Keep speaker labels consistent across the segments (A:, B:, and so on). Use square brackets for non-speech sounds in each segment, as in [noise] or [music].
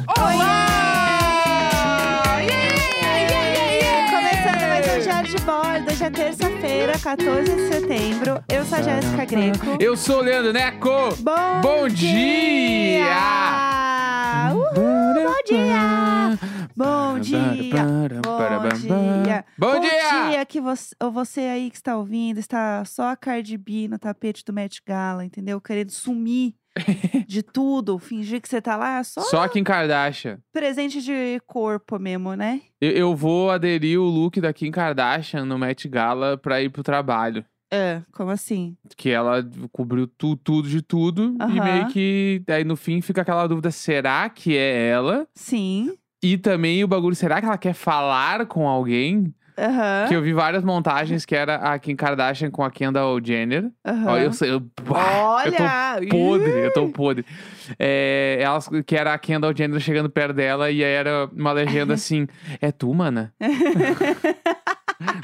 A: um Sexta-feira, 14 é de setembro. Eu sou a Jéssica Greco.
B: Eu sou o Leandro Neco.
A: Bom,
B: Bom
A: dia!
B: dia!
A: Uhul, bom dia! Bom dia! Bom dia!
B: Bom dia!
A: que você, ou você aí que está ouvindo, está só a Cardi B no tapete do Met Gala, entendeu? Querendo
B: [laughs]
A: sumir de tudo, fingir que você tá lá, só,
B: Só Kim Kardashian.
A: presente de corpo mesmo, né?
B: Eu, eu vou aderir o look da Kim Kardashian no Met Gala pra ir pro trabalho.
A: É, como assim?
B: Que ela cobriu tu- tudo de tudo. E
A: Aham.
B: meio que. Aí no fim fica aquela dúvida: será que é ela?
A: Sim.
B: E também o bagulho: será que ela quer falar com alguém?
A: Aham.
B: Que eu vi várias montagens que era a Kim Kardashian com a Kendall Jenner.
A: aham.
B: Ó, eu, sei- [laughs] eu, bah, eu tô
A: Olha! ih,
B: podre, eu tô podre. É, elas, que era a Kendall Jenner chegando perto dela e aí era uma
A: [laughs]
B: legenda assim: É tu, mana?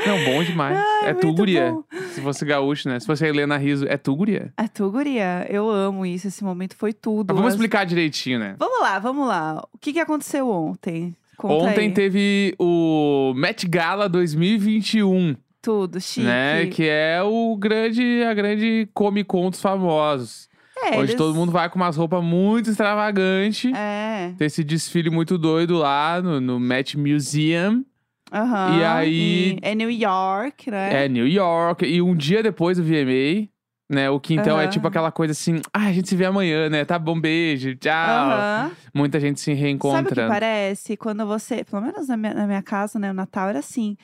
B: Não, bom demais.
A: Ai,
B: é tu,
A: muito
B: guria.
A: bom.
B: Se fosse gaúcho, né? Se fosse a Helena Riso, é tu, guria.
A: A tu, guria, eu amo isso. Esse momento foi tudo.
B: Mas vamos
A: As-
B: explicar direitinho, né?
A: Vamos lá, vamos lá. O que, que aconteceu ontem? Conta
B: Ontem
A: aí.
B: teve o Met Gala 2021,
A: Tudo, chique.
B: né? Que é o grande, a grande Comic Con dos famosos.
A: É,
B: onde
A: eles-
B: todo mundo vai com umas roupas muito extravagantes.
A: É.
B: Tem esse desfile muito doido lá no, no Met Museum.
A: Aham.
B: E aí-
A: e É New York, né?
B: É. New York. E um dia depois do VMA, né? O que então é
A: Aham.
B: tipo aquela coisa assim: ah, a gente se vê amanhã, né? Tá bom, beijo, tchau.
A: Aham.
B: Muita gente se
A: Sabe o que
B: reencontrando.
A: parece? Quando você. Pelo menos na minha, na minha casa, né? O Natal era assim.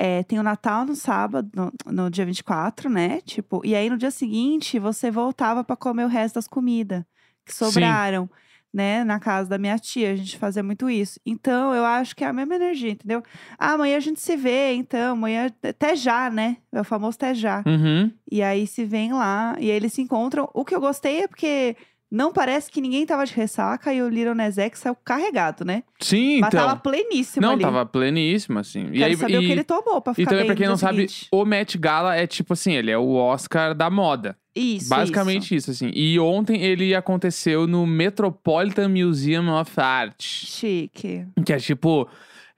A: É, tem o Natal no sábado, no, no dia 24, né? Tipo, e aí no dia seguinte você voltava pra comer o resto das comidas que
B: Sim.
A: sobraram, né? Na casa da minha tia, a gente fazia muito isso. Então, eu acho que é a mesma energia, entendeu? Ah, amanhã a gente se vê, então, amanhã até já, né? É o famoso até já.
B: Uhum.
A: E aí se vem lá, e aí eles se encontram. O que eu gostei é porque não parece que ninguém tava de ressaca e o Little Nas X saiu carregado, né?
B: Sim,
A: Mas
B: então.
A: tava pleníssimo
B: Não,
A: ali.
B: tava pleníssimo, assim. e
A: Quero
B: aí,
A: saber o que
B: e-
A: ele tá tomou pra
B: e
A: ficar
B: também,
A: bem
B: pra
A: no
B: quem
A: dia
B: não sabe,
A: seguinte.
B: o Met Gala é tipo assim, ele é o Oscar da moda.
A: Isso,
B: basicamente isso. assim. E ontem ele aconteceu no Metropolitan Museum of Art.
A: isso. Chique.
B: Que é tipo,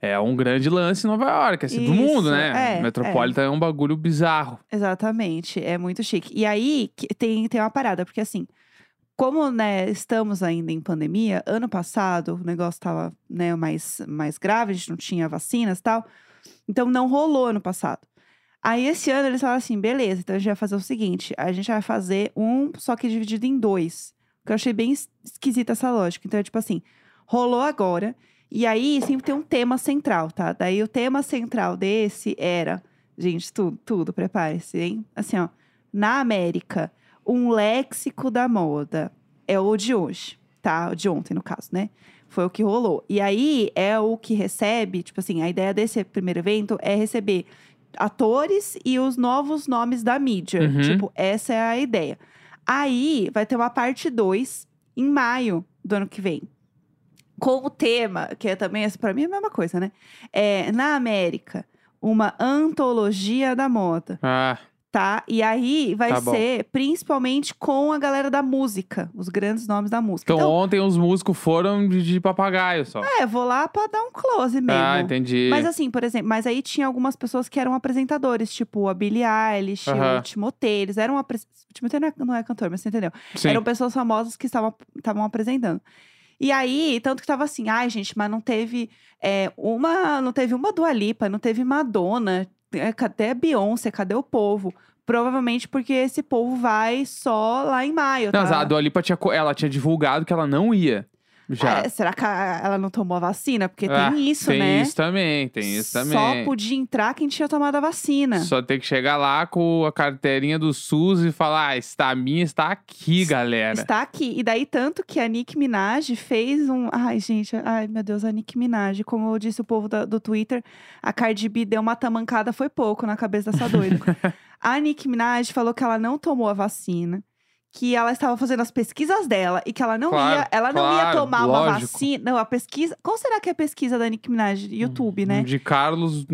B: é um grande lance em Nova York, assim, do
A: Isso,
B: mundo, né?
A: é,
B: Metropolitan é. um bagulho bizarro.
A: Exatamente, é muito chique. E aí que- tem, tem uma parada, porque assim, como né, estamos ainda em pandemia, ano passado o negócio tava né, mais, mais grave, a gente não tinha vacinas e tal, então não rolou ano passado. Aí esse ano eles falaram assim, beleza, então a gente vai fazer o seguinte, a gente vai fazer um, só que dividido em dois. Que eu achei bem es- esquisita essa lógica. Então é tipo assim, rolou agora, e aí sempre tem um tema central, tá? Daí o tema central desse era Gente, tudo, tudo, prepare-se, hein? Assim, ó. Na América, um léxico da moda é o de hoje, tá? O de ontem, no caso, né? Foi o que rolou. E aí é o que recebe, tipo assim, a ideia desse primeiro evento é receber atores e os novos nomes da mídia.
B: Uhum.
A: Tipo, essa é a ideia. Aí vai ter uma parte 2 em maio do ano que vem. Com o tema, que é também, pra mim é a mesma coisa, né? É, na América, uma antologia da moda,
B: Ah,
A: tá? E aí vai
B: Tá bom.
A: ser principalmente com a galera da música, os grandes nomes da música.
B: então, ontem os músicos foram de, de papagaio só.
A: é, vou lá pra dar um close mesmo.
B: ah, entendi.
A: Mas assim, por exemplo, mas aí tinha algumas pessoas que eram apresentadores, tipo a Billie Eilish,
B: Aham.
A: o Timotei, eles eram apres... Timotei não é, não é cantor, mas você entendeu?
B: Sim.
A: Eram pessoas famosas que estavam estavam apresentando. E aí, tanto que tava assim, ai, gente, mas não teve é, uma. Não teve uma Dua Lipa, não teve Madonna, é, cadê a Beyoncé, cadê o povo? Provavelmente porque esse povo vai só lá em maio.
B: Não,
A: tá?
B: mas a Dua Lipa tinha, co- ela tinha divulgado que ela não ia. Já.
A: Ah, será que a- ela não tomou a vacina? Porque
B: Ah,
A: tem isso,
B: tem
A: né?
B: isso também, tem isso
A: Só
B: também.
A: podia entrar quem tinha tomado a vacina.
B: Só tem que chegar lá com a carteirinha do SUS e falar: ah, está a minha, está aqui, galera.
A: Está aqui. E daí, tanto que a Nick Minaj fez um. Ai, gente, ai, meu Deus, a Nick Minaj. Como eu disse o povo da- do Twitter, a Cardi B deu uma tamancada,
B: [laughs]
A: foi pouco na cabeça dessa doida. a Nick Minaj falou que ela não tomou a vacina, que ela estava fazendo as pesquisas dela e que ela não
B: Claro,
A: ia, ela não ia
B: claro,
A: tomar uma
B: lógico. Hum,
A: vacina. Não, a pesquisa. Qual será que é a pesquisa da Nick Minaj? YouTube, né?
B: De Carlos.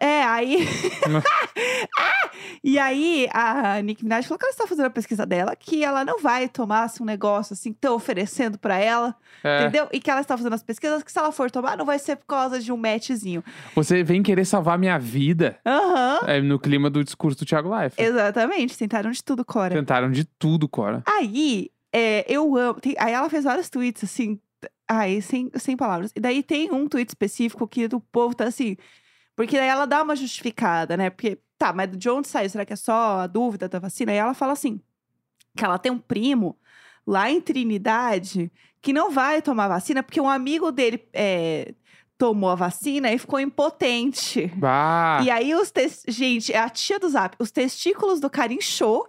A: É, aí. [laughs] Ah! e aí, a Nick Minaj falou que ela está fazendo a pesquisa dela, que ela não vai tomar assim, um negócio assim, que estão oferecendo pra ela,
B: É.
A: entendeu? E que ela está fazendo as pesquisas, que se ela for tomar, não vai ser por causa de um matchzinho.
B: Você vem querer salvar minha vida.
A: Aham,
B: É, no clima do discurso do Thiago Leifert.
A: exatamente, tentaram de tudo, Cora.
B: Tentaram de tudo, Cora.
A: Aí, é, eu amo. tem- aí ela fez vários tweets, assim. t- Ai, sem, sem palavras. E daí tem um tweet específico que o povo tá assim. Porque daí ela dá uma justificada, né? Porque, tá, mas de onde saiu? Será que é só a dúvida da vacina? E ela fala assim: que ela tem um primo lá em Trinidade que não vai tomar vacina porque um amigo dele é, tomou a vacina e ficou impotente.
B: Bah,
A: E aí os tes... Gente, é a tia do Zap. Os testículos do cara inchou.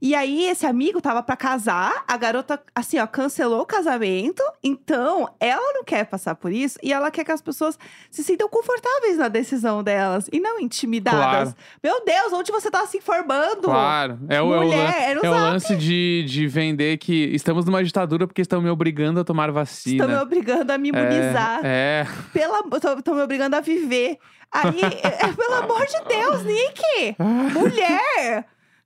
A: E aí esse amigo tava pra casar. A garota, assim, ó, cancelou o casamento. Então, ela não quer passar por isso. E ela quer que as pessoas se sintam confortáveis na decisão delas. E não intimidadas. Meu Deus, onde você tá se informando?
B: claro. É o, é o lan-
A: Mulher, era
B: é o
A: um zap.
B: lance de, de vender que estamos numa ditadura porque estão me obrigando a tomar vacina.
A: Estão me obrigando a me imunizar.
B: É,
A: Estão me obrigando a viver. Aí, [laughs] é- é, pelo amor de Deus, Nick!
B: é.
A: Mulher!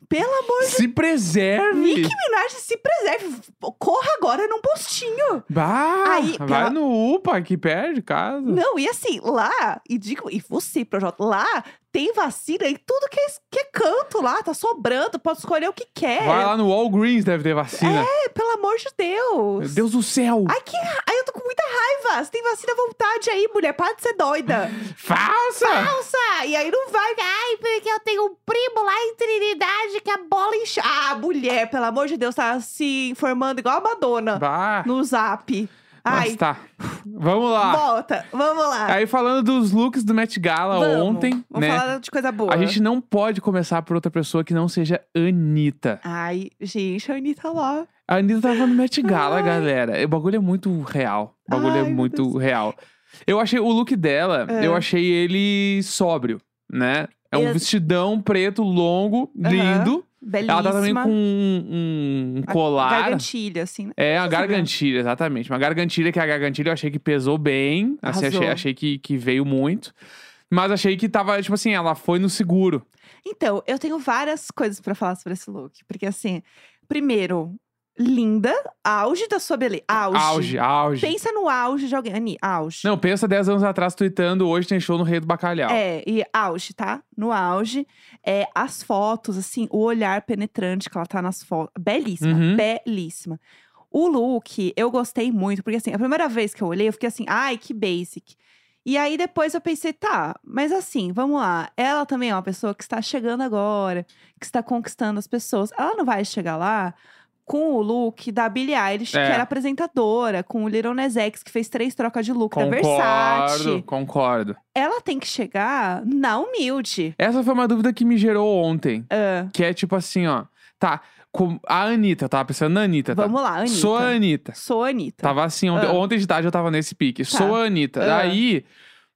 A: Pelo amor
B: Se preserve!
A: Nick Minaj se preserve. Corra agora num postinho.
B: Bah,
A: Aí,
B: vai
A: pela-
B: no UPA aqui perto de casa.
A: Não, e assim, lá, e digo, e você, Projota, lá tem vacina e tudo que é, que é canto lá, tá sobrando, pode escolher o que quer.
B: Vai lá no Walgreens, deve ter vacina.
A: É, pelo amor de
B: Meu
A: Deus.
B: Deus do céu!
A: Ai, que ra- Ai, eu tô com muita raiva. Você tem vacina à vontade aí, mulher. Para de ser doida.
B: Falsa!
A: Nossa, e aí não vai. Ai, porque eu tenho um primo lá em Trinidade que a bola enche. Ah, mulher, pelo amor de Deus, tá se informando igual a Madonna
B: Bah,
A: no zap. Ai,
B: mas tá. Vamos lá.
A: Volta, vamos lá.
B: Aí falando dos looks do Met Gala
A: Vamos.
B: ontem,
A: Vamos
B: né?
A: falar de coisa boa.
B: A gente não pode começar por outra pessoa que não seja Anitta.
A: Ai, gente, a Anitta lá.
B: A Anitta tava no Met Gala,
A: Ai.
B: galera. O bagulho é muito real. O bagulho
A: Ai,
B: é
A: meu
B: muito real. Eu achei o look dela,
A: É.
B: eu achei ele sóbrio, né? É um
A: Eu-
B: vestidão preto, longo,
A: Aham.
B: lindo.
A: Belíssima.
B: Ela tá também com um, um
A: A
B: colar.
A: Gargantilha, assim, né?
B: É, uma
A: Deixa eu ver.
B: gargantilha, exatamente. Uma gargantilha que é a gargantilha eu achei que pesou bem. Assim,
A: Arrasou.
B: achei, achei que, que veio muito. Mas achei que tava, tipo assim, ela foi no seguro.
A: Então, eu tenho várias coisas pra falar sobre esse look. Porque, assim, primeiro, linda, auge da sua beleza. Auge.
B: Auge, auge.
A: Pensa no auge de alguém. Ani, auge.
B: Não, pensa 10 anos atrás, tweetando, hoje tem show no Rei do Bacalhau.
A: É, e auge, tá? No auge. É, as fotos, assim, o olhar penetrante que ela tá nas fotos. Belíssima,
B: Uhum.
A: belíssima. O look, eu gostei muito, porque assim, a primeira vez que eu olhei, eu fiquei assim, ai, que basic. E aí depois eu pensei, tá, mas assim, vamos lá. Ela também é uma pessoa que está chegando agora, que está conquistando as pessoas. Ela não vai chegar lá com o look da Billie Eilish,
B: É.
A: que era apresentadora, com o Little Nas X, que fez três trocas de look da Versace
B: Concordo, concordo.
A: ela tem que chegar na humilde.
B: Essa foi uma dúvida que me gerou ontem.
A: Ah,
B: Que é tipo assim, ó. Tá, com a Anitta, eu tava pensando na Anitta, tá?
A: Vamos lá, Anitta.
B: Sou a Anitta.
A: Sou a Anitta.
B: Tava assim, ontem,
A: Ah.
B: ontem de tarde eu tava nesse pique.
A: Tá.
B: Sou a Anitta.
A: Ah.
B: Daí,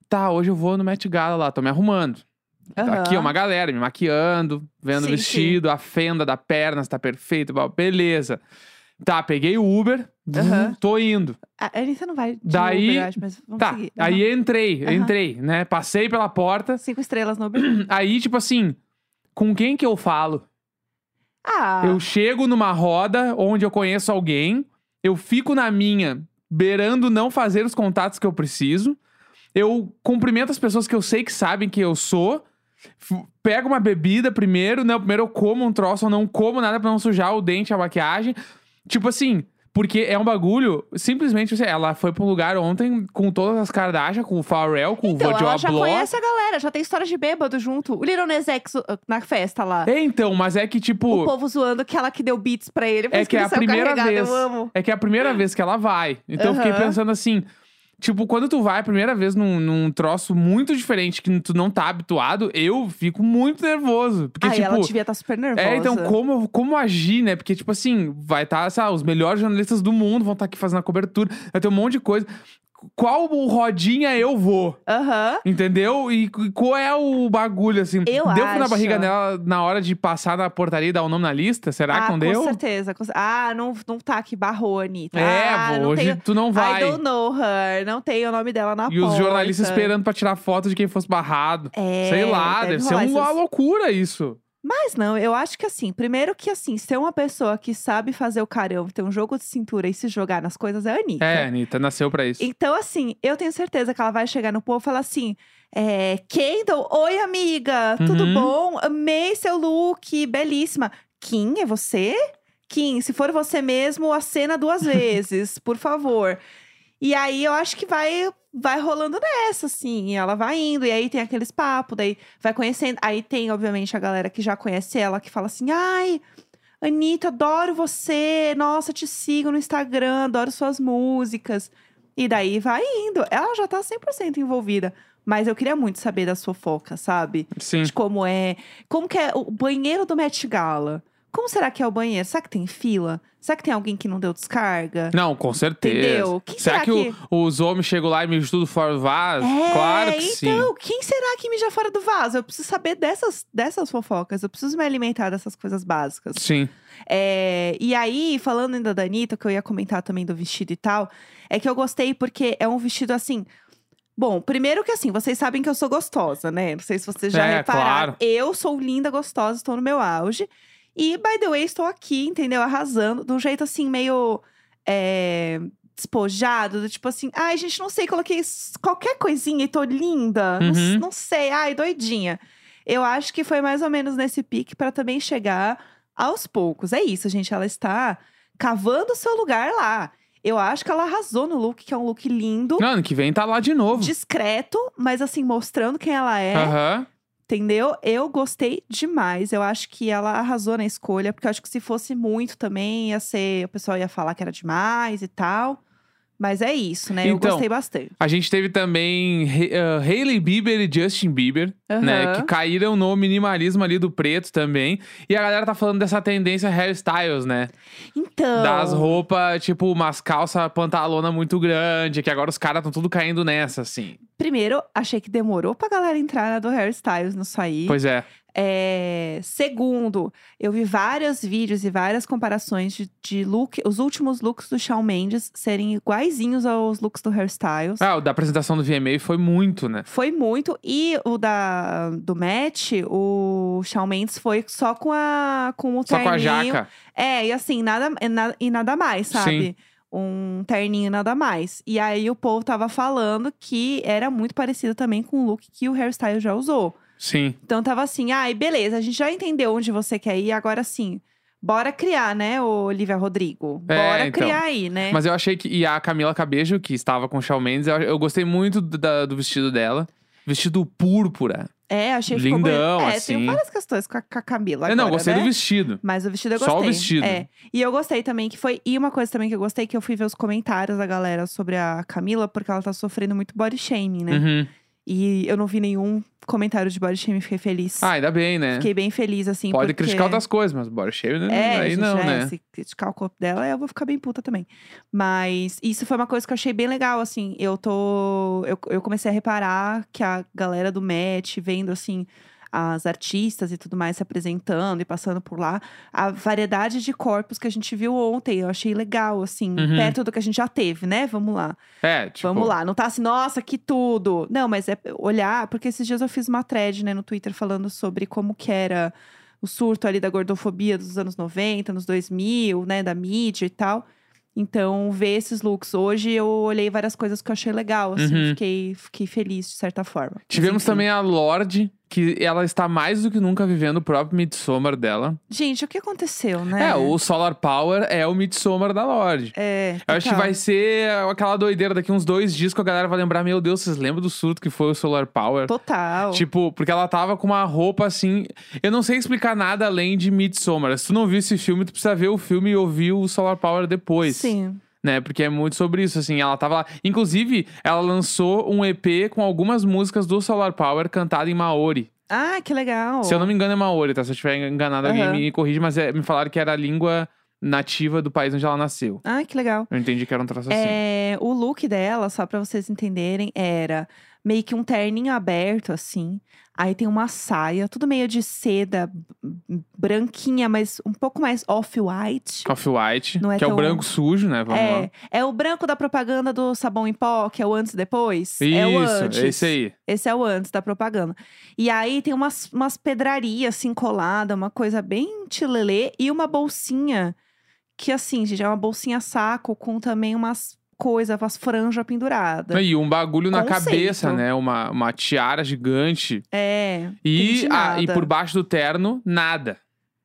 B: tá, hoje eu vou no Met Gala lá, tô me arrumando.
A: Aham.
B: tá Aqui, ó, uma galera me maquiando, vendo o
A: Sim,
B: vestido, a fenda da perna, se tá perfeito, blá, beleza. Tá, peguei o Uber,
A: Aham.
B: tô indo.
A: A Anitta não vai de
B: Daí-
A: Uber, eu acho, mas vamos
B: tá,
A: seguir.
B: aí entrei,
A: Aham.
B: entrei, né? Passei pela porta.
A: Aham. Cinco estrelas no Uber.
B: [clears throat] Aí, tipo assim, com quem que eu falo?
A: Ah,
B: Eu chego numa roda onde eu conheço alguém, eu fico na minha, beirando não fazer os contatos que eu preciso. Eu cumprimento as pessoas que eu sei que sabem que eu sou. f- Pego uma bebida primeiro, não, primeiro eu como um troço, eu não como nada pra não sujar o dente, a maquiagem. Tipo assim, porque é um bagulho, simplesmente, assim, ela foi pro lugar ontem com todas as Kardashian, com o Pharrell, com
A: então,
B: o
A: ela
B: Vajor
A: já
B: Blow.
A: conhece a galera, já tem história de bêbado junto. O Little Nas X uh, na festa lá.
B: É, então, mas é que tipo...
A: O povo zoando que ela que deu beats pra ele. por
B: É
A: isso
B: que é
A: ele
B: a
A: saiu
B: primeira
A: carregado,
B: vez.
A: Eu amo.
B: É que é a primeira vez que ela vai. Então eu fiquei
A: Aham.
B: pensando assim. Tipo, quando tu vai a primeira vez num, num troço muito diferente que tu não tá habituado, eu fico muito nervoso. Porque,
A: Ai,
B: tipo.
A: ela devia estar super nervosa.
B: É, então, como, como agir, né? Porque, tá tipo assim, vai estar, tá, sei lá, os melhores jornalistas do mundo vão estar aqui fazendo a cobertura, vai ter um monte de coisa. qual rodinha eu vou.
A: Aham.
B: Entendeu? E c- qual é o bagulho, assim?
A: Eu
B: deu frio na
A: acho.
B: barriga dela na hora de passar na portaria e dar o nome na lista? Será
A: Ah,
B: que
A: com
B: não deu?
A: certeza. com cer- Ah, não, não tá aqui, barrou a Anitta.
B: É,
A: ah,
B: vô,
A: não
B: hoje
A: tenho...
B: tu não vai.
A: I don't know her. Não tem o nome dela na
B: E os jornalistas
A: porta.
B: esperando pra tirar foto de quem fosse barrado.
A: É,
B: Sei lá,
A: deve
B: deve, ser um
A: rolar
B: uma
A: essas-
B: loucura isso.
A: Mas não, eu acho que assim, primeiro que assim, ser uma pessoa que sabe fazer o caramba, ter um jogo de cintura e se jogar nas coisas é a Anitta.
B: É, Anitta, nasceu pra isso.
A: Então, assim, eu tenho certeza que ela vai chegar no povo e falar assim: é, Kendall, oi amiga, tudo
B: Uhum.
A: bom? Amei seu look, belíssima. Kim, é você? Kim, se for você mesmo, acena duas vezes, por favor. E aí eu acho que vai vai rolando nessa, assim, e ela vai indo, e aí tem aqueles papos, daí vai conhecendo. Aí tem, obviamente, a galera que já conhece ela, que fala assim: ai, Anitta, adoro você, nossa, te sigo no Instagram, adoro suas músicas. E daí vai indo. Ela já tá 100% envolvida. Mas eu queria muito saber das fofocas, sabe?
B: Sim.
A: De como é. Como que é o banheiro do Met Gala? Como será que é o banheiro? Será que tem fila? Será que tem alguém que não deu descarga?
B: Não, com certeza.
A: Entendeu? Quem
B: será,
A: será
B: que, o- os homens chegam lá e mijam tudo fora do vaso?
A: É,
B: claro que sim.
A: então, quem será que mija fora do vaso? Eu preciso saber dessas, dessas fofocas. Eu preciso me alimentar dessas coisas básicas.
B: Sim.
A: É, e aí, falando ainda da Anitta, que eu ia comentar também do vestido e tal, é que eu gostei porque é um vestido assim. Bom, primeiro que assim, vocês sabem que eu sou gostosa, né? Não sei se vocês já
B: É,
A: repararam.
B: claro.
A: Eu sou linda, gostosa, estou no meu auge. E, by the way, estou aqui, entendeu? Arrasando, de um jeito assim, meio. é, despojado, do tipo assim, ai, gente, não sei, coloquei s- qualquer coisinha e tô linda. Não s-
B: Uhum.
A: não sei, ai, doidinha. Eu acho que foi mais ou menos nesse pique pra também chegar aos poucos. É isso, gente. Ela está cavando o seu lugar lá. Eu acho que ela arrasou no look, que é um look lindo,
B: Não, ano que vem tá lá de novo.
A: discreto, mas assim, mostrando quem ela é,
B: Aham.
A: entendeu? Eu gostei demais. Eu acho que ela arrasou na escolha, porque eu acho que se fosse muito também, ia ser. O pessoal ia falar que era demais e tal. Mas é isso, né? eu
B: Então,
A: gostei bastante.
B: A gente teve também He- ah, Hailey Bieber e Justin Bieber, né?
A: Aham.
B: Que caíram no minimalismo ali do preto também. E a galera tá falando dessa tendência hairstyles, né?
A: Então.
B: Das roupas, tipo, umas calças pantalona muito grande, que agora os caras estão tudo caindo nessa, assim.
A: Primeiro, achei que demorou pra galera entrar na do hairstyles não sair.
B: Pois é.
A: É, segundo, eu vi vários vídeos e várias comparações de, de look, os últimos looks do Shawn Mendes serem iguaizinhos aos looks do Hairstyles.
B: Ah, o da apresentação do VMA foi muito, né?
A: Foi muito. E o da, do match, o Shawn Mendes foi só com, a, com o
B: Só com
A: terninho.
B: a jaca.
A: É, e assim, nada, e na- e nada mais, sabe? Um terninho e nada mais. E aí o povo tava falando que era muito parecido também com o look que o Hairstyle já usou.
B: Sim.
A: Então tava assim, ai, beleza, a gente já entendeu onde você quer ir, agora sim. Bora criar, né, ô Olivia Rodrigo?
B: É,
A: Bora
B: então.
A: criar aí, né?
B: Mas eu achei que. E a Camila Cabejo, que estava com o Shawn Mendes, eu, eu gostei muito do, da- do vestido dela. Vestido púrpura.
A: É, achei que ficou
B: Lindão,
A: bonito. É,
B: assim.
A: tem várias questões com a, com a Camila
B: eu não,
A: agora,
B: gostei
A: né?
B: do vestido.
A: Mas o vestido eu
B: Só o
A: gostei.
B: vestido.
A: É. E eu gostei também que foi. E uma coisa também que eu gostei, que eu fui ver os comentários da galera sobre a Camila, porque ela tá sofrendo muito body shaming, né?
B: Uhum.
A: E eu não vi nenhum comentário de body shaming, fiquei feliz.
B: Ah, ainda bem, né?
A: Fiquei bem feliz, assim.
B: Pode
A: porque...
B: criticar outras coisas, mas bora cheio, né?
A: É,
B: Aí
A: gente,
B: não,
A: é,
B: né?
A: se criticar o corpo dela, eu vou ficar bem puta também. Mas isso foi uma coisa que eu achei bem legal, assim. Eu tô. Eu, eu comecei a reparar que a galera do Met, vendo assim. As artistas e tudo mais se apresentando e passando por lá. A variedade de corpos que a gente viu ontem, eu achei legal, assim,
B: Uhum.
A: perto do que a gente já teve, né? Vamos lá.
B: É, tipo.
A: Vamos lá, não tá assim, nossa, que tudo. Não, mas é olhar, porque esses dias eu fiz uma thread, né, no Twitter falando sobre como que era o surto ali da gordofobia dos anos 90, nos 2000, né, da mídia e tal. Então, ver esses looks hoje, eu olhei várias coisas que eu achei legal, assim,
B: Uhum.
A: fiquei, fiquei feliz de certa forma. Mas,
B: Tivemos
A: enfim.
B: também a Lorde, que ela está mais do que nunca vivendo o próprio Midsommar dela.
A: Gente, o que aconteceu, né?
B: É, o Solar Power é o Midsommar da Lorde.
A: É,
B: Eu acho que
A: total.
B: vai ser aquela doideira daqui uns dois dias que a galera vai lembrar: Meu Deus, vocês lembram do surto que foi o Solar Power?
A: Total.
B: Tipo, porque ela tava com uma roupa assim. Eu não sei explicar nada além de Midsommar. Se tu não viu esse filme, tu precisa ver o filme e ouvir o Solar Power depois.
A: Sim.
B: Né? Porque é muito sobre isso, assim. Ela tava lá. Inclusive, ela lançou um EP com algumas músicas do Solar Power cantada em Maori.
A: Ah, que legal.
B: Se eu não me engano, é Maori, tá? Se eu estiver enganado, alguém
A: Aham.
B: me corrige, mas é- me falaram que era a língua. né, nativa do país onde ela nasceu.
A: Ah, que legal.
B: Eu entendi que era um troço assim.
A: É, o look dela, só pra vocês entenderem, era meio que um terninho aberto, assim. Aí tem uma saia, tudo meio de seda, b- branquinha, mas um pouco mais off-white.
B: Off-white,
A: Não é
B: que é o
A: tão-
B: branco sujo, né? Vamos lá.
A: É, é o branco da propaganda do sabão em pó, que é o antes e depois. é o antes.
B: Isso, é isso aí.
A: Esse é o antes da propaganda. E aí tem umas, umas pedrarias assim colada, uma coisa bem tilelê e uma bolsinha que assim, gente, é uma bolsinha saco com também umas coisas, umas franjas penduradas.
B: E um bagulho na
A: Conceito.
B: cabeça, né? Uma, uma tiara gigante.
A: É.
B: E,
A: entendi
B: a- e
A: nada.
B: por baixo do terno, nada.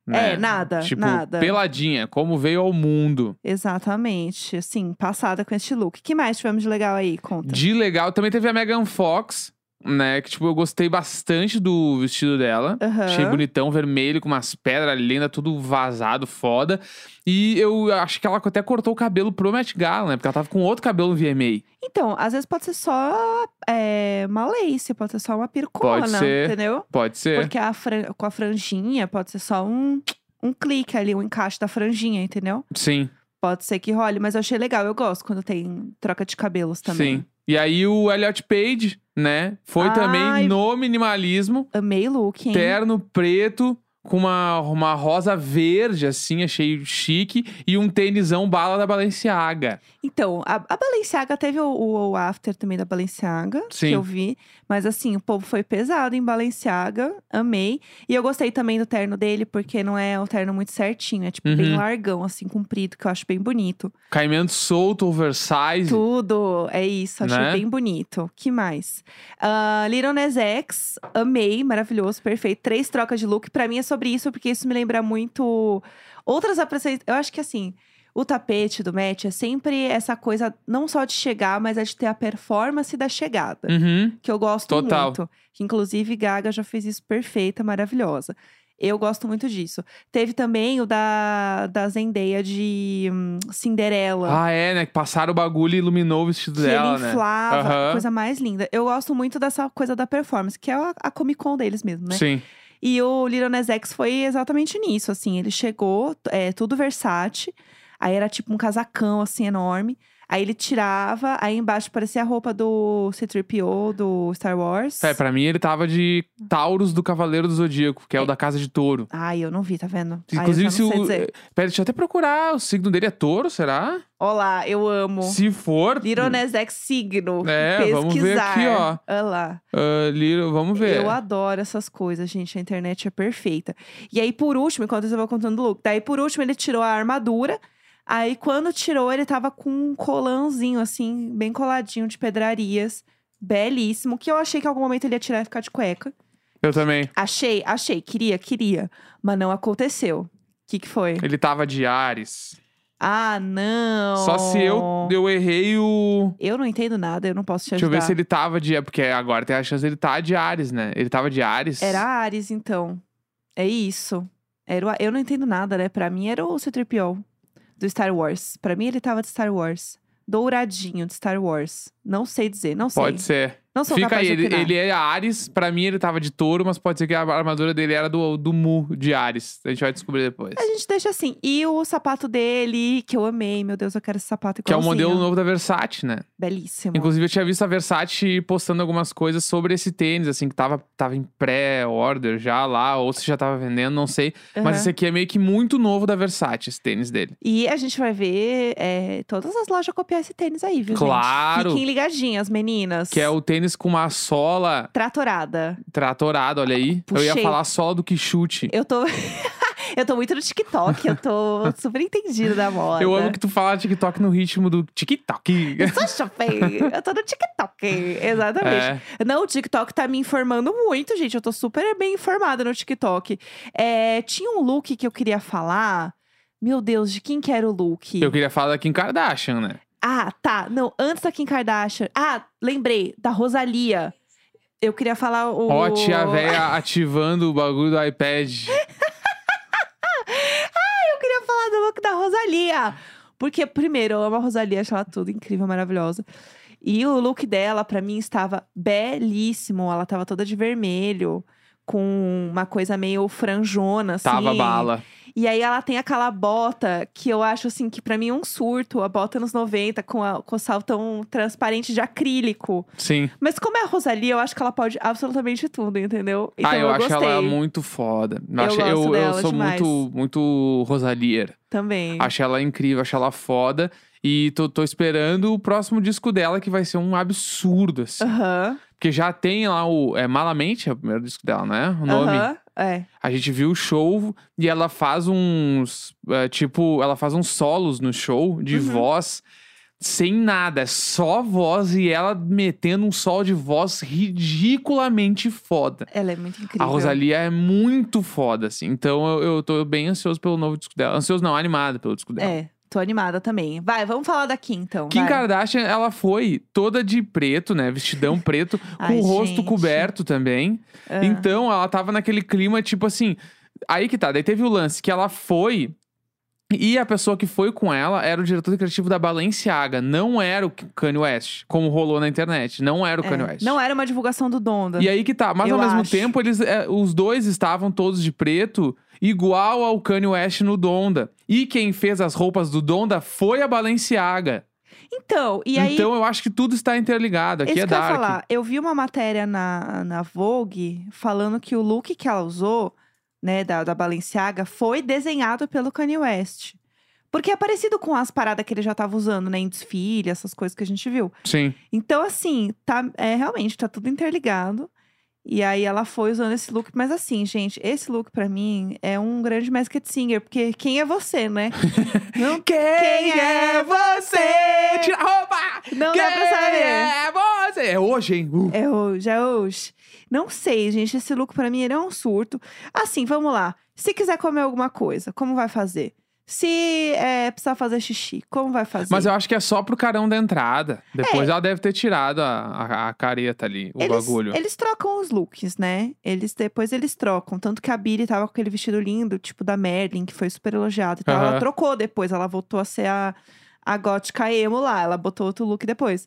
B: né?
A: É, nada,
B: Tipo,
A: nada.
B: peladinha, como veio ao mundo.
A: Exatamente. Assim, passada com este look. que mais tivemos de legal aí? Conta.
B: De legal. Também teve a Megan Fox, né? Que, tipo, eu gostei bastante do vestido dela.
A: Aham.
B: Achei bonitão, vermelho, com umas pedras lindas, tudo vazado, foda. E eu acho que ela até cortou o cabelo pro Met Gala, né? Porque ela tava com outro cabelo no VMA.
A: Então, às vezes pode ser só é, uma lace, pode ser só uma pircona,
B: Pode ser.
A: entendeu?
B: Pode ser.
A: Porque a fran- com a franjinha pode ser só um, um clique ali, um encaixe da franjinha, entendeu?
B: Sim.
A: Pode ser que role, mas eu achei legal, eu gosto quando tem troca de cabelos também.
B: Sim. E aí o Elliot Page, né? Foi
A: Ai.
B: também no minimalismo.
A: Amei o look, hein?
B: Terno preto, com uma, uma rosa verde, assim, achei chique. E um tênisão bala da Balenciaga.
A: Então, a, a Balenciaga teve o, o- o after também da Balenciaga,
B: Sim.
A: que eu vi. Mas assim, o povo foi pesado em Balenciaga, amei. E eu gostei também do terno dele, porque não é o terno muito certinho, é tipo bem
B: Uhum.
A: largão, assim, comprido, que eu acho bem bonito.
B: Caimento solto, oversize.
A: Tudo, é isso, achei
B: Né?
A: bem bonito. Que mais? Ah, Little Nas X, amei, maravilhoso, perfeito. Três trocas de look. Pra mim é sobre isso, porque isso me lembra muito outras apresentações. Eu acho que assim, o tapete do match é sempre essa coisa, não só de chegar, mas é de ter a performance da chegada
B: Uhum.
A: que eu gosto
B: Total.
A: muito. Que inclusive Gaga já fez isso perfeita, maravilhosa. Eu gosto muito disso. Teve também o da, da Zendaya de hum, Cinderela.
B: Ah, é, né? Que passaram o bagulho e iluminou o vestido
A: que
B: dela,
A: ele
B: né?
A: inflava,
B: Aham.
A: coisa mais linda. Eu gosto muito dessa coisa da performance, que é a, a Comic Con deles mesmo, né?
B: Sim.
A: E o Lil Nas X foi exatamente nisso, assim. Ele chegou, t- é, tudo Versace. Aí era tipo um casacão, assim, enorme. Aí ele tirava, aí embaixo parecia a roupa do C-3PO, do Star Wars.
B: É, pra mim ele tava de Taurus do Cavaleiro do Zodíaco, que é, o
A: É.
B: da Casa de Touro.
A: Ai, eu não vi, tá vendo? Ai, eu
B: Inclusive,
A: já
B: se
A: não
B: o. eh,
A: sei dizer.
B: Pera, deixa eu até procurar. O signo dele é touro, será?
A: Olá, eu amo.
B: Se for.
A: Lironesex signo.
B: É,
A: pesquisar.
B: vamos ver aqui, ó.
A: Olha lá.
B: Ah, Little- vamos ver.
A: Eu adoro essas coisas, gente. A internet é perfeita. E aí, por último, enquanto eu vou contando o look, daí por último ele tirou a armadura. Aí, quando tirou, ele tava com um colãozinho, assim, bem coladinho de pedrarias. Belíssimo. Que eu achei que em algum momento ele ia tirar e ficar de cueca.
B: Eu também.
A: Achei, achei. Queria, queria. Mas não aconteceu. O que, que foi?
B: Ele tava de Ares.
A: Ah, não.
B: Só se eu, eu errei o.
A: Oh. Eu não entendo nada, eu não posso te
B: Deixa
A: ajudar.
B: eu ver se ele tava de. é, Porque agora tem a chance dele tá de Ares, né? Ele tava de Ares.
A: Era Ares, então. É isso. Era o... Eu não entendo nada, né? Pra mim era o C-3PO do Star Wars. Pra mim ele tava de Star Wars. Douradinho de Star Wars. Não sei dizer, não sei.
B: Pode ser.
A: Não sou
B: Fica
A: capaz
B: aí,
A: de
B: ele,
A: opinar.
B: ele é Ares. Pra mim, ele tava de touro, mas pode ser que a armadura dele era do, do Mu de Ares. A gente vai descobrir depois.
A: A gente deixa assim. E o sapato dele, que eu amei. Meu Deus, eu quero esse sapato
B: Que é o
A: igualzinho.
B: modelo novo da Versace,
A: Tá
B: né?
A: Belíssimo.
B: Inclusive, eu tinha visto a Versace postando algumas coisas sobre esse tênis, assim, que tava, tava em pré-order já lá, ou se já tava vendendo, não sei. Mas
A: Aham.
B: esse aqui é meio que muito novo da Versace, esse tênis dele.
A: E a gente vai ver é, todas as lojas copiar esse tênis aí, viu, gente?
B: Claro.
A: Fiquem ligadinhas, meninas.
B: Que é o tênis com uma sola
A: Tratorada.
B: tratorada, olha aí. Eu
A: Puxei.
B: ia falar sola do que chute.
A: Eu tô. [laughs] eu tô muito no TikTok, eu tô super entendida da moda.
B: Eu amo que tu fala TikTok no ritmo do TikTok.
A: Eu sou shopping, eu tô no TikTok, [laughs] exatamente.
B: É,
A: Não, o TikTok tá me informando muito, gente. Eu tô super bem informada no TikTok. É, tinha um look que eu queria falar. Meu Deus, de quem que era o look?
B: É, eu queria falar da Kim Kardashian, né?
A: Ah, tá. Não, antes da Kim Kardashian. Ah, lembrei, da Rosalia. Eu queria falar o.
B: Ó, a tia véia ativando o bagulho do
A: [laughs]
B: iPad.
A: Eu queria falar do look da Rosalia. Porque, primeiro, eu amo a Rosalia, acho ela tudo incrível, maravilhosa. E o look dela, pra mim, estava belíssimo. Ela tava toda de vermelho, com uma coisa meio franjona, assim.
B: Tava bala.
A: E aí ela tem aquela bota que eu acho assim que pra mim é um surto, a bota nos 90 com, a, com o saltão transparente de acrílico.
B: Sim.
A: Mas como é a Rosalia, eu acho que ela pode absolutamente tudo, entendeu? Então
B: ah, eu, acho
A: gostei
B: ela muito foda. Eu, acho-
A: gosto
B: eu, eu
A: dela
B: sou
A: demais.
B: muito, muito rosalier.
A: também.
B: Acho ela incrível, acho ela foda. E tô, tô esperando o próximo disco dela, que vai ser um absurdo, assim.
A: Aham.
B: Porque já tem lá o. É Malamente, é o primeiro disco dela, né? O nome.
A: Aham. É.
B: A gente viu o show e ela faz uns. é, tipo, ela faz uns solos no show de
A: Uhum.
B: voz sem nada, é só voz e ela metendo um sol de voz ridiculamente foda.
A: Ela é muito incrível.
B: A Rosalia é muito foda, assim. Então eu, eu tô bem ansioso pelo novo disco dela. Ansioso não, animado pelo disco dela.
A: É, tô animada também. Vai, vamos falar da Kim então.
B: Kim
A: vai.
B: Kardashian, ela foi toda de preto, né? Vestidão
A: [laughs]
B: preto, com
A: Ai,
B: o rosto
A: gente.
B: coberto também.
A: Ah,
B: Então, ela tava naquele clima, tipo assim. Aí que tá, daí teve o lance que ela foi. E a pessoa que foi com ela era o diretor criativo da Balenciaga, não era o Kanye West, como rolou na internet. Não era o
A: é.
B: Kanye West.
A: Não era uma divulgação do Donda.
B: E aí que tá, mas
A: Eu
B: ao mesmo
A: acho.
B: tempo, eles, é, os dois estavam todos de preto, igual ao Kanye West no Donda. E quem fez as roupas do Donda foi a Balenciaga.
A: Então, e aí
B: Então eu acho que tudo está interligado. Aqui
A: Isso
B: é
A: que eu ia
B: Dark.
A: falar. Eu vi uma matéria na, na Vogue falando que o look que ela usou, né, da, da Balenciaga, foi desenhado pelo Kanye West. Porque é parecido com as paradas que ele já tava usando, né, em desfile, essas coisas que a gente viu.
B: Sim.
A: Então, assim, tá, é, realmente, tá tudo interligado. E aí ela foi usando esse look. Mas assim, gente, esse look pra mim é um grande Masked Singer. Porque quem é você, né? não
B: Quem,
A: é você?
B: Tira a roupa!
A: não dá pra saber.
B: É você! É hoje, hein? Uh.
A: É hoje, é hoje. Não sei, gente. Esse look pra mim ele é um surto. Assim, vamos lá. Se quiser comer alguma coisa, como vai fazer? Se é, precisar fazer xixi, como vai fazer?
B: Mas eu acho que é só pro carão da entrada. Depois ela deve ter tirado a, a, a careta ali, o
A: É. eles,
B: bagulho.
A: eles trocam os looks, né? Eles depois eles trocam. Tanto que a Billy tava com aquele vestido lindo, tipo da Merlin, que foi super elogiado. Então
B: Aham.
A: ela trocou depois, ela voltou a ser a, a gótica emo lá. Ela botou outro look depois.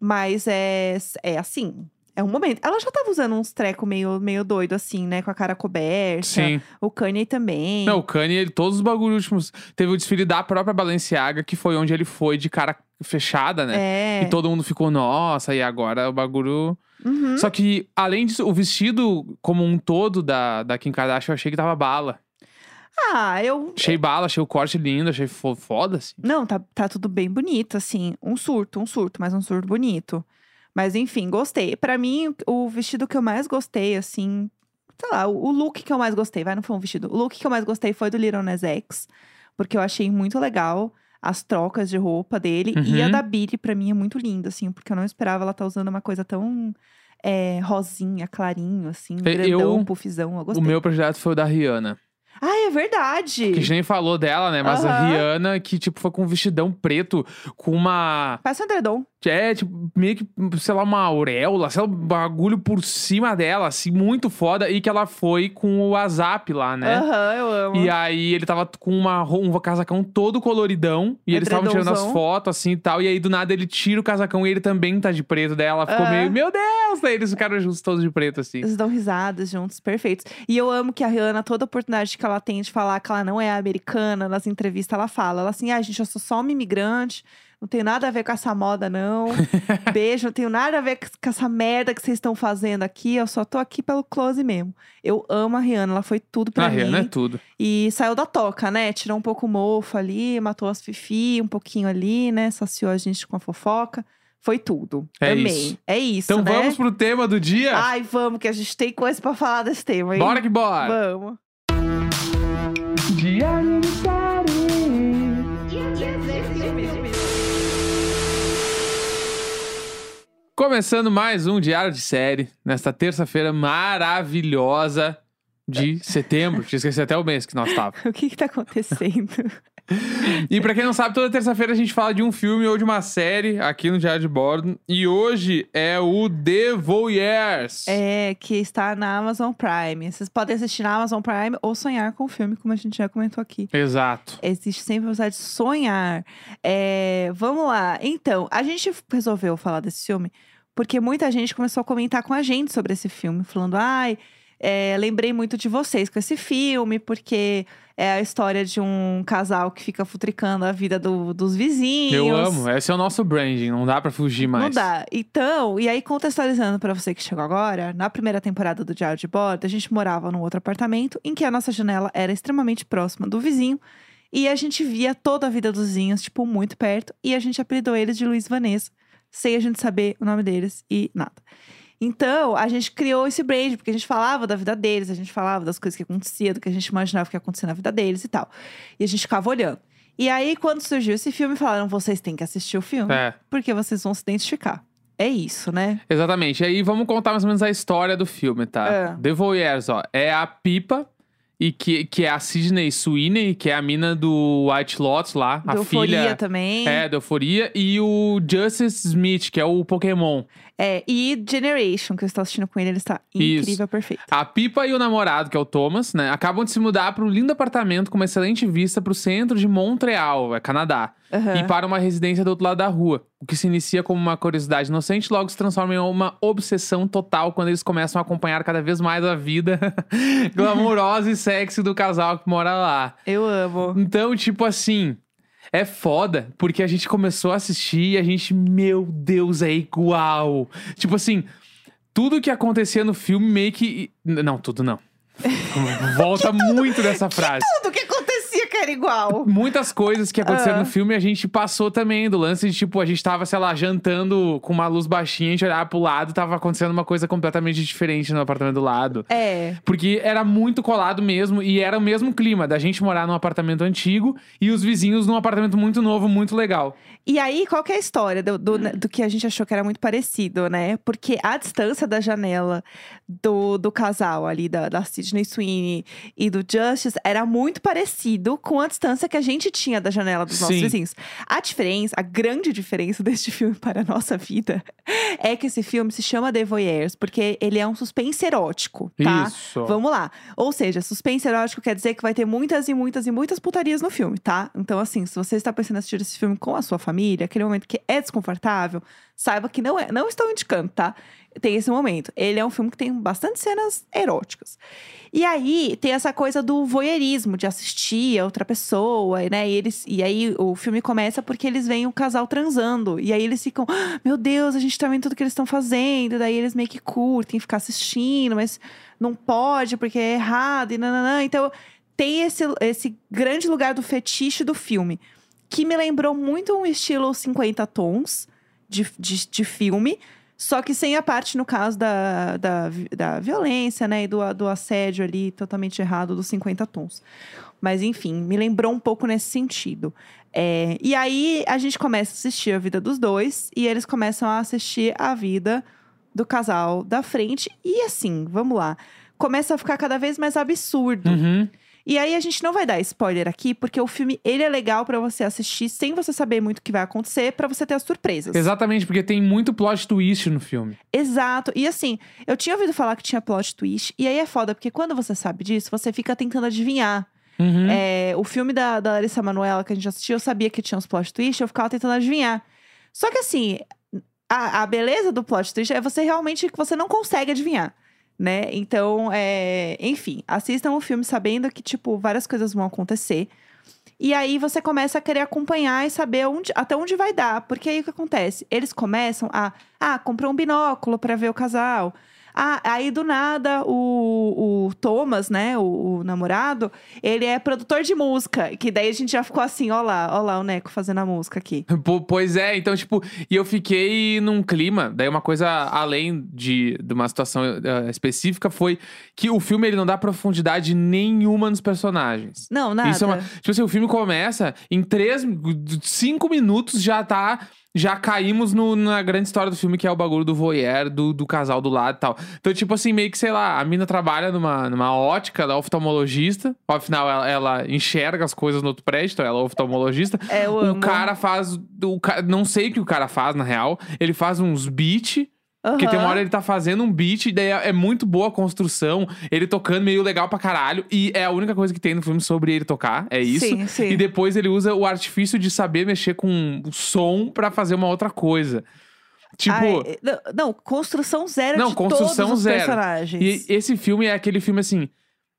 A: Mas é, é assim, é um momento. Ela já tava usando uns trecos meio, meio doido, assim, né? Com a cara coberta.
B: Sim.
A: O Kanye também.
B: Não, o Kanye, ele, todos os bagulhos últimos. Teve o desfile da própria Balenciaga, que foi onde ele foi de cara fechada, né?
A: É.
B: E todo mundo ficou, nossa, e agora o bagulho.
A: Uhum.
B: Só que, além disso, o vestido como um todo da, da Kim Kardashian, eu achei que tava bala.
A: Ah, eu.
B: Achei bala, achei o corte lindo, achei fo- foda, assim.
A: Não, tá, tá tudo bem bonito, assim. Um surto, um surto, mas um surto bonito. Mas enfim, gostei. Pra mim, o vestido que eu mais gostei, assim. Sei lá, o o look que eu mais gostei, vai, não foi um vestido. O look que eu mais gostei foi do Little Nas X, porque eu achei muito legal as trocas de roupa dele. E a
B: Uhum.
A: da Billy, pra mim, é muito linda, assim, porque eu não esperava ela estar usando uma coisa tão é, rosinha, clarinho, assim,
B: Eu-
A: grandão, puffzão. Eu gostei.
B: O meu projeto foi o da Rihanna.
A: Ah, é verdade!
B: Que a gente nem falou dela, né? Mas a
A: Aham.
B: Rihanna, que, tipo, foi com um vestidão preto, com uma.
A: Parece um edredom.
B: É, tipo, meio que, sei lá, uma auréola, sei lá, um bagulho por cima dela, assim, muito foda. E que ela foi com o WhatsApp lá, né?
A: Aham, eu amo.
B: E aí ele tava com uma, ro- um casacão todo coloridão. E eles estavam tirando as
A: Edredomzão.
B: fotos, assim e tal. E aí, do nada, ele tira o casacão e ele também tá de preto dela. Ficou
A: Aham.
B: meio, meu Deus! Daí eles ficaram juntos todos de preto, assim.
A: Eles dão risadas juntos, perfeitos. E eu amo que a Rihanna, toda oportunidade que ela tem de falar que ela não é americana, nas entrevistas ela fala. Ela assim, ah, gente, eu sou só uma imigrante, não tenho nada a ver com essa moda,
B: [laughs]
A: não. Beijo, não tenho nada a ver com com essa merda que vocês estão fazendo aqui, eu só tô aqui pelo close mesmo. Eu amo a Rihanna, ela foi tudo pra
B: a
A: mim.
B: Rihanna é tudo.
A: E saiu da toca, né? Tirou um pouco o mofo ali, matou as fifi um pouquinho ali, né? Saciou a gente com a fofoca. Foi tudo.
B: É
A: Amei.
B: isso.
A: É Ah, isso,
B: Então
A: né?
B: vamos pro tema do [laughs] dia?
A: Ai, vamos, que a gente tem coisa pra falar desse tema, hein?
B: Bora que bora!
A: Vamos.
B: Diário do Começando mais um Diário de Série, nesta terça-feira maravilhosa de setembro. Te esqueci até o mês que nós tava.
A: O que que tá acontecendo?
B: E pra quem não sabe, toda terça-feira a gente fala de um filme ou de uma série aqui no Diário de Bordo. E hoje é o The Voyeurs.
A: [laughs] é, que está na Amazon Prime. Vocês podem assistir na Amazon Prime ou sonhar com o filme, como a gente já comentou aqui.
B: Exato.
A: Existe sempre a possibilidade de sonhar. É, vamos lá. Então, a gente resolveu falar desse filme porque muita gente começou a comentar com a gente sobre esse filme, falando: ai, é, lembrei muito de vocês com esse filme, porque é a história de um casal que fica futricando a vida do- dos vizinhos.
B: Eu amo. Esse é o nosso branding. Não dá pra fugir mais.
A: Não dá. Então, e aí contextualizando pra você que chegou agora, na primeira temporada do Diário de Bordo, a gente morava num outro apartamento em que a nossa janela era extremamente próxima do vizinho e a gente via toda a vida dos vizinhos, tipo, muito perto, e a gente apelidou eles de Luiz e Vanessa, sem a gente saber o nome deles e nada. Então, a gente criou esse brand, porque a gente falava da vida deles, a gente falava das coisas que acontecia, do que a gente imaginava que ia acontecer na vida deles e tal. E a gente ficava olhando. E aí, quando surgiu esse filme, falaram: vocês têm que assistir o filme
B: É,
A: porque vocês vão se identificar. É isso, né?
B: exatamente. E aí vamos contar mais ou menos a história do filme, tá?
A: É.
B: The Voyeurs, ó. É a Pipa, e que, que é a Sidney Sweeney, que é a mina do White Lotus lá.
A: Do
B: a
A: Euforia
B: filha.
A: também.
B: É, da Euforia. E o Justice Smith, que é o Pokémon.
A: É, e Generation, que eu estou assistindo com ele, ele está
B: Isso.
A: incrível, perfeito.
B: A Pipa e o namorado, que é o Thomas, né? Acabam de se mudar para um lindo apartamento com uma excelente vista para o centro de Montreal, é Canadá.
A: Aham.
B: E para uma residência do outro lado da rua. O que se inicia como uma curiosidade inocente, logo se transforma em uma obsessão total quando eles começam a acompanhar cada vez mais a vida [laughs] glamourosa e sexy do casal que mora lá.
A: Eu amo.
B: Então, tipo assim, é foda, porque a gente começou a assistir e a gente, meu Deus, é igual. Tipo assim, tudo que acontecia no filme meio que. Não, tudo não. Volta muito dessa frase.
A: Tudo que acontecia que era igual.
B: Muitas coisas que aconteceram
A: Ah.
B: no filme a gente passou também do lance de tipo, a gente tava, sei lá, jantando com uma luz baixinha, a gente olhava pro lado, tava acontecendo uma coisa completamente diferente no apartamento do lado.
A: É.
B: Porque era muito colado mesmo e era o mesmo clima da gente morar num apartamento antigo e os vizinhos num apartamento muito novo, muito legal.
A: E aí, qual que é a história do, do, do que a gente achou que era muito parecido, né? Porque a distância da janela do, do casal ali, da, da Sidney Sweeney e do Justice, era muito parecido com a distância que a gente tinha da janela dos nossos
B: Sim.
A: vizinhos. A diferença, a grande diferença [laughs] deste filme para a nossa vida é que esse filme se chama The Voyeurs, porque ele é um suspense erótico, tá?
B: Isso.
A: Vamos lá. Ou seja, suspense erótico quer dizer que vai ter muitas e muitas e muitas putarias no filme, tá? Então, assim, se você está pensando em assistir esse filme com a sua família, aquele momento que é desconfortável, saiba que não é. Não estou indicando, tá? Tem esse momento. Ele é um filme que tem bastante cenas eróticas. E aí tem essa coisa do voyeurismo, de assistir a outra pessoa, né? E, eles, e aí o filme começa porque eles veem o casal transando. E aí eles ficam, "Ah, meu Deus, a gente tá vendo tudo que eles estão fazendo. Daí eles meio que curtem ficar assistindo, mas não pode porque é errado e nananã. Então tem esse, esse grande lugar do fetiche do filme, que me lembrou muito um estilo 50 tons de, de, de filme, só que sem a parte, no caso, da, da, vi- da violência, né? E do, a- do assédio ali totalmente errado dos 50 tons. Mas enfim, me lembrou um pouco nesse sentido. É, e aí a gente começa a assistir a vida dos dois e eles começam a assistir a vida do casal da frente. E assim, vamos lá. Começa a ficar cada vez mais absurdo.
B: Uhum.
A: E aí a gente não vai dar spoiler aqui, porque o filme ele é legal pra você assistir sem você saber muito o que vai acontecer, pra você ter as surpresas.
B: Exatamente, porque tem muito plot twist no filme.
A: Exato. E assim, eu tinha ouvido falar que tinha plot twist, e aí é foda, porque quando você sabe disso, você fica tentando adivinhar.
B: Uhum.
A: É, o filme da, da Larissa Manoela que a gente assistiu, eu sabia que tinha uns plot twist, eu ficava tentando adivinhar. Só que assim, a, a beleza do plot twist é você realmente que você não consegue adivinhar. Né? Então, é, enfim, assistam o filme sabendo que, tipo, várias coisas vão acontecer. E aí você começa a querer acompanhar e saber onde- até onde vai dar. Porque aí o que acontece? Eles começam a. Ah, comprou um binóculo pra ver o casal. Ah, aí do nada o, o Thomas, né, o, o namorado, ele é produtor de música. Que daí a gente já ficou assim: ó lá, ó lá o Neco fazendo a música aqui.
B: Po- Pois é, então, tipo, e eu fiquei num clima. Daí, uma coisa além de, de uma situação eh, específica foi que o filme ele não dá profundidade nenhuma nos personagens.
A: Não, nada.
B: Isso é uma. Tipo assim, o filme começa em três, cinco minutos já tá. Já caímos no- na grande história do filme, que é o bagulho do voyeur, do, do casal do lado e tal. Então, tipo assim, meio que, sei lá, a mina trabalha numa, numa ótica, ela é oftalmologista. Afinal, ela, ela enxerga as coisas no outro prédio, então ela é oftalmologista.
A: É, eu
B: O
A: amo.
B: cara faz. O ca- Não sei o que o cara faz, na real. Ele faz uns beats. Porque tem uma
A: Aham.
B: hora ele tá fazendo um beat, daí é é muito boa a construção, ele tocando meio legal pra caralho, e é a única coisa que tem no filme sobre ele tocar, é isso.
A: Sim, sim.
B: E depois ele usa o artifício de saber mexer com o som pra fazer uma outra coisa. Tipo,
A: Ai, eh, não, não, construção zero
B: Não,
A: de
B: construção
A: todos os
B: zero.
A: personagens.
B: e esse filme é aquele filme assim.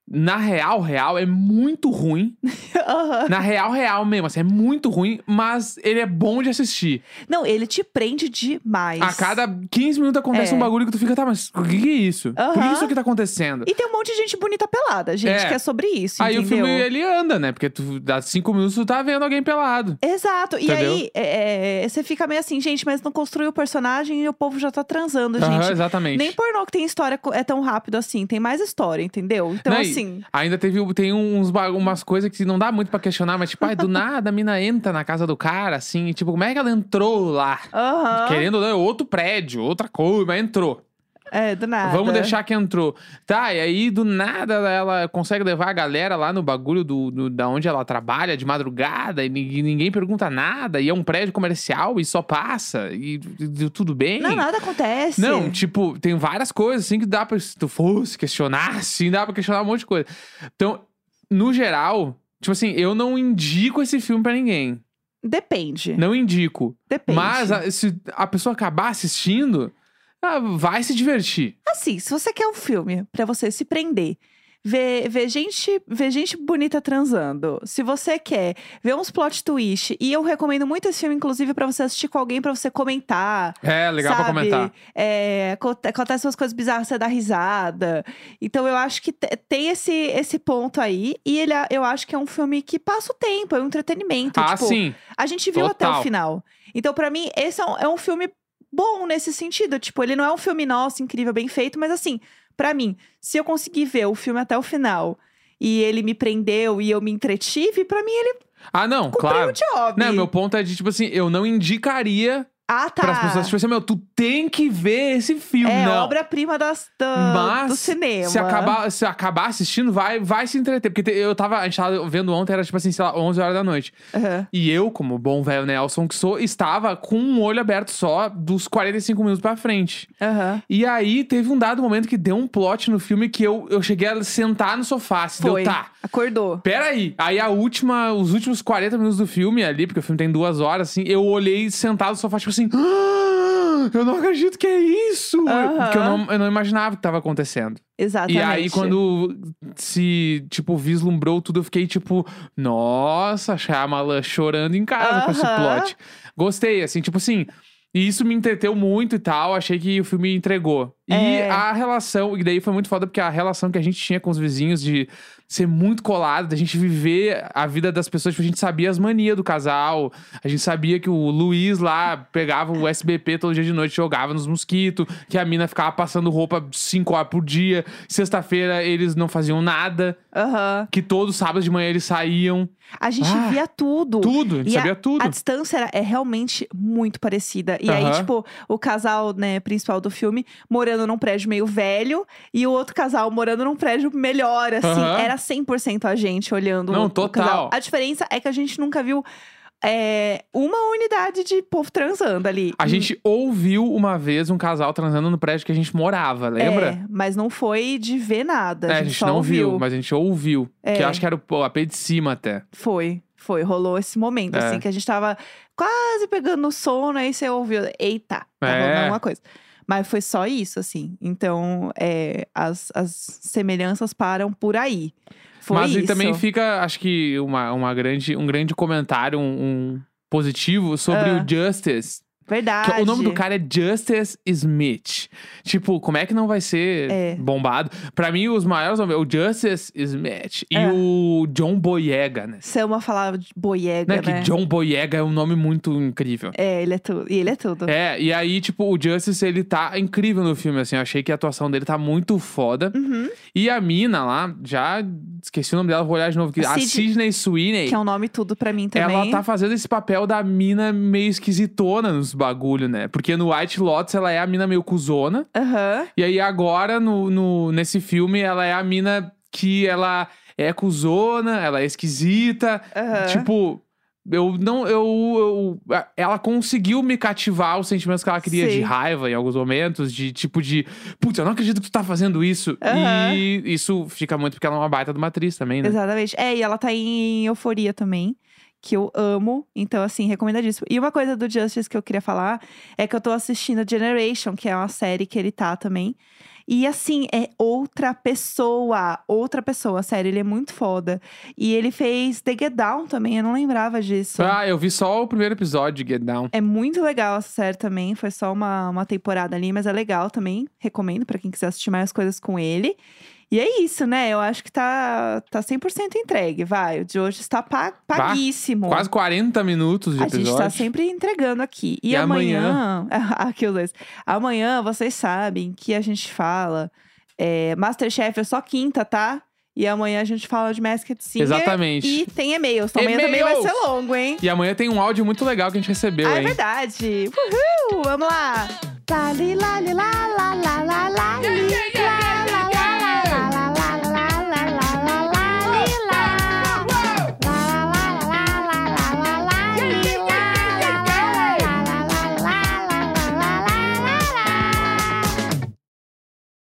B: Na real, real, é muito
A: [laughs]
B: ruim.
A: [laughs] Aham.
B: Na real, real mesmo, assim, é muito ruim, mas ele é bom de assistir.
A: Não, ele te prende demais.
B: A cada 15 minutos acontece
A: É.
B: um bagulho que tu fica, tá, mas o que que é isso? Por que
A: Aham.
B: isso aqui tá acontecendo?
A: E tem um monte de gente bonita pelada, gente,
B: É.
A: que é sobre isso,
B: Aí
A: entendeu?
B: o filme ele anda, né? Porque tu dá cinco minutos tu tá vendo alguém pelado.
A: Exato. E
B: Entendeu?
A: aí, é, é, você fica meio assim, gente, mas não construiu o personagem e o povo já tá transando,
B: Aham,
A: gente.
B: exatamente.
A: Nem pornô que tem história co- é tão rápido assim, tem mais história, entendeu? Então,
B: Não, e-
A: assim,
B: Ainda teve o- tem uns ba- umas coisas que não dá muito pra questionar, mas tipo, ai,
A: [laughs]
B: do nada a mina entra na casa do cara, assim, e, tipo, como é que ela entrou lá?
A: aham.
B: Querendo ou não, é outro prédio, outra coisa, mas entrou.
A: É, do nada.
B: Vamos deixar que entrou. Tá, e aí do nada ela consegue levar a galera lá no bagulho do, do- da onde ela trabalha de madrugada e ninguém, ninguém pergunta nada, e é um prédio comercial e só passa, e, e- e tudo bem.
A: Não, nada assim. acontece.
B: Não, tipo, tem várias coisas assim que dá pra. Se tu fosse questionar, [laughs] assim, dá pra questionar um monte de coisa. Então, no geral, tipo assim, eu não indico esse filme pra ninguém.
A: Depende.
B: Não indico.
A: Depende.
B: Mas a- se a pessoa acabar assistindo, ah, vai se divertir.
A: Assim, se você quer um filme pra você se prender, ver, ver, gente, ver gente bonita transando, se você quer ver uns plot twist, e eu recomendo muito esse filme, inclusive, pra você assistir com alguém, pra você comentar.
B: É, legal
A: sabe?
B: pra comentar.
A: É, aconte- acontece umas coisas bizarras, você dá risada. Então eu acho que te- tem esse, esse ponto aí. E ele, a- eu acho que é um filme que passa o tempo, é um entretenimento.
B: Ah,
A: tipo,
B: sim.
A: a gente viu até
B: Total.
A: o final. Então, pra mim, esse é um, é um filme bom nesse sentido. Tipo, ele não é um filme nosso, incrível, bem feito, mas assim, pra mim, se eu conseguir ver o filme até o final e ele me prendeu e eu me entretive, pra mim ele
B: Ah, não,
A: cumpriu
B: claro.
A: o job.
B: Não, meu ponto é de, tipo assim, eu não indicaria
A: Ah, tá.
B: pras pessoas, tipo assim, meu, tu tem que ver esse filme.
A: é
B: não.
A: obra-prima das- da-
B: Mas,
A: do cinema.
B: Se acabar, se acabar assistindo, vai, vai se entreter. Porque te- eu tava, a gente tava vendo ontem, era tipo assim, sei lá, 11 horas da noite.
A: Aham.
B: E eu, como bom velho Nelson que sou, estava com um olho aberto só dos 45 minutos pra frente.
A: Aham.
B: E aí teve um dado momento que deu um plot no filme que eu, eu cheguei a sentar no sofá. Se
A: Foi.
B: deu, tá,
A: Acordou.
B: Peraí, aí a última, os últimos 40 minutos do filme ali, porque o filme tem duas horas, assim, eu olhei sentado no sofá, tipo assim, "Ah, eu não acredito que é isso!
A: Aham.
B: Porque eu não, eu não imaginava o que tava acontecendo.
A: Exatamente.
B: E aí, quando se, tipo, vislumbrou tudo, eu fiquei tipo, nossa, Shyamalan chorando em casa com esse
A: Aham.
B: plot. Gostei, assim, tipo assim. E isso me entreteu muito e tal, achei que o filme entregou. E
A: É.
B: a relação, e daí foi muito foda, porque a relação que a gente tinha com os vizinhos de ser muito colado, da gente viver a vida das pessoas, tipo, a gente sabia as manias do casal, a gente sabia que o Luiz lá pegava o SBP todo dia de noite, jogava nos mosquitos, que a mina ficava passando roupa cinco horas por dia, sexta-feira eles não faziam nada,
A: Aham.
B: que todos os sábados de manhã eles saíam,
A: A gente
B: Ah,
A: via tudo.
B: tudo, a gente
A: E
B: sabia tudo.
A: A distância era- é realmente muito parecida. E aí,
B: Aham.
A: tipo, o casal né, principal do filme morando num prédio meio velho e o outro casal morando num prédio melhor, assim.
B: Aham.
A: Era 100% a gente olhando
B: Não,
A: o, o casal.
B: total.
A: A diferença é que a gente nunca viu é, uma unidade de povo transando ali.
B: A gente ouviu uma vez um casal transando no prédio que a gente morava, lembra?
A: É, mas não foi de ver nada.
B: É,
A: a gente, só
B: não
A: ouviu. É.
B: viu, mas a gente ouviu. Que eu acho que era o pô, AP de cima até.
A: Foi, foi. Rolou esse momento,
B: É.
A: assim, que a gente tava quase pegando no sono, aí você ouviu, eita, tá
B: É.
A: rolando alguma coisa. Mas foi só isso, assim. Então, é, as, as semelhanças param por aí. Foi
B: Mas
A: isso.
B: e também fica, acho que, uma, uma grande, um grande comentário, um, um positivo sobre
A: Ah.
B: o Justice.
A: Verdade.
B: Que o nome do cara é Justice Smith. Tipo, como é que não vai ser
A: É.
B: bombado? Pra mim, os maiores nomes é o Justice Smith e
A: É.
B: o John Boyega, né?
A: Selma falava de boiega,
B: Né,
A: né?
B: Que John Boyega é um nome muito incrível.
A: É, ele é tudo. E ele é tudo.
B: É, e aí, tipo, o Justice, ele tá incrível no filme, assim. Eu achei que a atuação dele tá muito foda.
A: Uhum,
B: E a mina lá, já esqueci o nome dela, vou olhar de novo. Que,
A: A
B: a
A: Sid-
B: Sidney Sweeney.
A: que é um nome tudo pra mim também.
B: Ela tá fazendo esse papel da mina meio esquisitona nos bagulho, né? Porque no White Lotus ela é a mina meio cuzona.
A: Aham.
B: E aí agora, no, no- nesse filme, ela é a mina que ela é cuzona, ela é esquisita.
A: Aham.
B: Tipo, eu não. Eu, eu- a- ela conseguiu me cativar os sentimentos que ela queria de
A: Sim.
B: raiva em alguns momentos, de tipo de. Putz, eu não acredito que tu tá fazendo isso.
A: Aham.
B: E isso fica muito porque ela é uma baita de uma atriz também, né?
A: Exatamente. É, e ela tá em Euforia também. que eu amo. Então, assim, recomendadíssimo. E uma coisa do Justice que eu queria falar é que eu tô assistindo Generation, que é uma série que ele tá também. E assim, é outra pessoa, outra pessoa, sério, ele é muito foda. E ele fez The Get Down também, eu não lembrava disso.
B: Ah, eu vi só o primeiro episódio de Get Down.
A: É muito legal essa série também. Foi só uma, uma temporada ali, mas é legal também. Recomendo pra quem quiser assistir mais coisas com ele. E é isso, né? Eu acho que tá, tá 100% entregue, vai. O de hoje está pa- paguíssimo.
B: Tá, Quase 40 minutos de
A: A
B: episódio.
A: gente tá sempre entregando aqui. E,
B: E
A: amanhã.
B: amanhã?
A: [laughs] aqui os dois. Amanhã vocês sabem que a gente fala. É, Masterchef é só quinta, tá? E amanhã a gente fala de Masked Singer.
B: Exatamente.
A: E tem e-mails. Então amanhã também vai
B: E-mails!
A: ser longo, hein?
B: E amanhã tem um áudio muito legal que a gente recebeu,
A: Ah, é
B: hein?
A: verdade. Uhul! Vamos lá. Lali, lali, lá, lá, lá, lá, lali.